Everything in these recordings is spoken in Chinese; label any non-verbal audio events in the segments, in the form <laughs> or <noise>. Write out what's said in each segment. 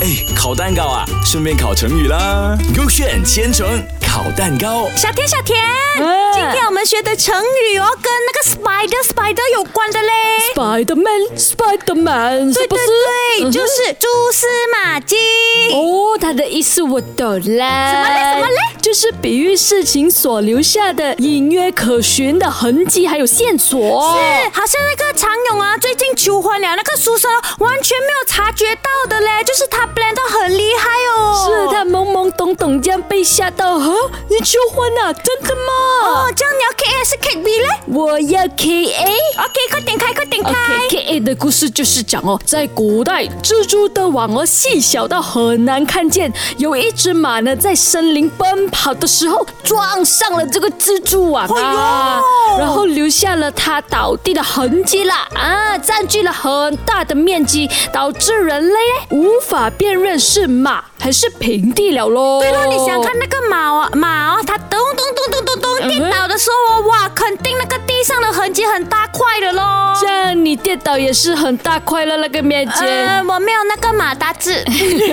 哎，烤蛋糕啊，顺便烤成语啦。勾选千层烤蛋糕，小田，小田，哎今天我们学的成语哦，跟那个 spider spider 有关的嘞。 Spider Man Spider Man 对是不对是？对，嗯哼就是蛛丝马迹。哦，他的意思我懂了。什么嘞什么嘞？就是比喻事情所留下的隐约可寻的痕迹，还有线索。是，好像那个常勇啊，最近求婚了，那个书生完全没有察觉到的嘞，就是他 plan 到很厉害哦。是他懵懵懂懂这样被吓到，哈，你求婚啊？真的吗？哦，这样你要 K A 还是 K B 嘞我要 K A。 ？OK，快点开，快点开。 OK K A 的故事就是讲哦，在古代，蜘蛛的网哦细小到很难看见。有一只马呢，在森林奔跑的时候撞上了这个蜘蛛网啊，哎呦然后留下了它倒地的痕迹啦啊，占据了很大的面积，导致人类无法辨认是马还是平地了喽。对了，你想看那个马啊马哦，它咚咚咚咚咚嗯咚跌倒的时候哦，哇，肯定那个地上的痕迹很大块的喽。这样你跌倒也是很大块了那个面积。呃， <laughs> 我没有那个马达字。 <laughs>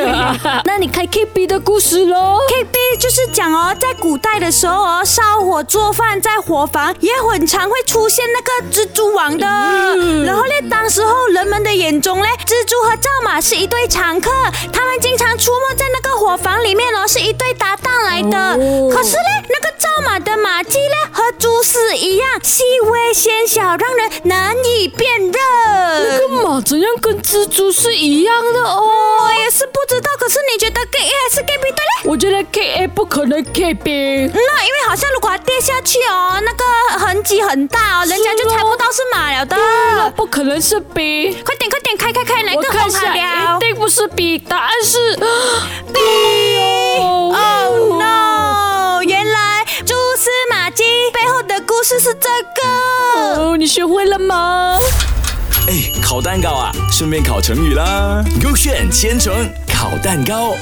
那你看 K B 的故事喽。 K B 就是讲哦，在古代的时候哦，烧火做饭在火房也很常会出现那个蜘蛛网的。嗯然后呢，当时候人们的眼中呢，蜘蛛和赵马是一对常客，他们经常出没在那个火房里面哦，是一对搭档来的。哦可是呢，那个赵马的马迹呢，和蛛丝一样细微纤小，让人难以辨认。跟马怎样跟蜘蛛是一样的哦。我也是不知道，可是你觉得 K A 还是 K B 对嘞？我觉得 K A 不可能 K B，那嗯因为好像如果它跌下去哦，那个痕迹很大哦，人家就猜不到是马了的。不可能是 B。快点快点，开开开，哪一我个看红一牌下，了一？定不是 B，答案是 B。 Oh 哦 no！原来蛛丝马迹背后的故事是这个。哦，你学会了吗？哎，烤蛋糕啊，顺便烤成语啦。勾选千层烤蛋糕。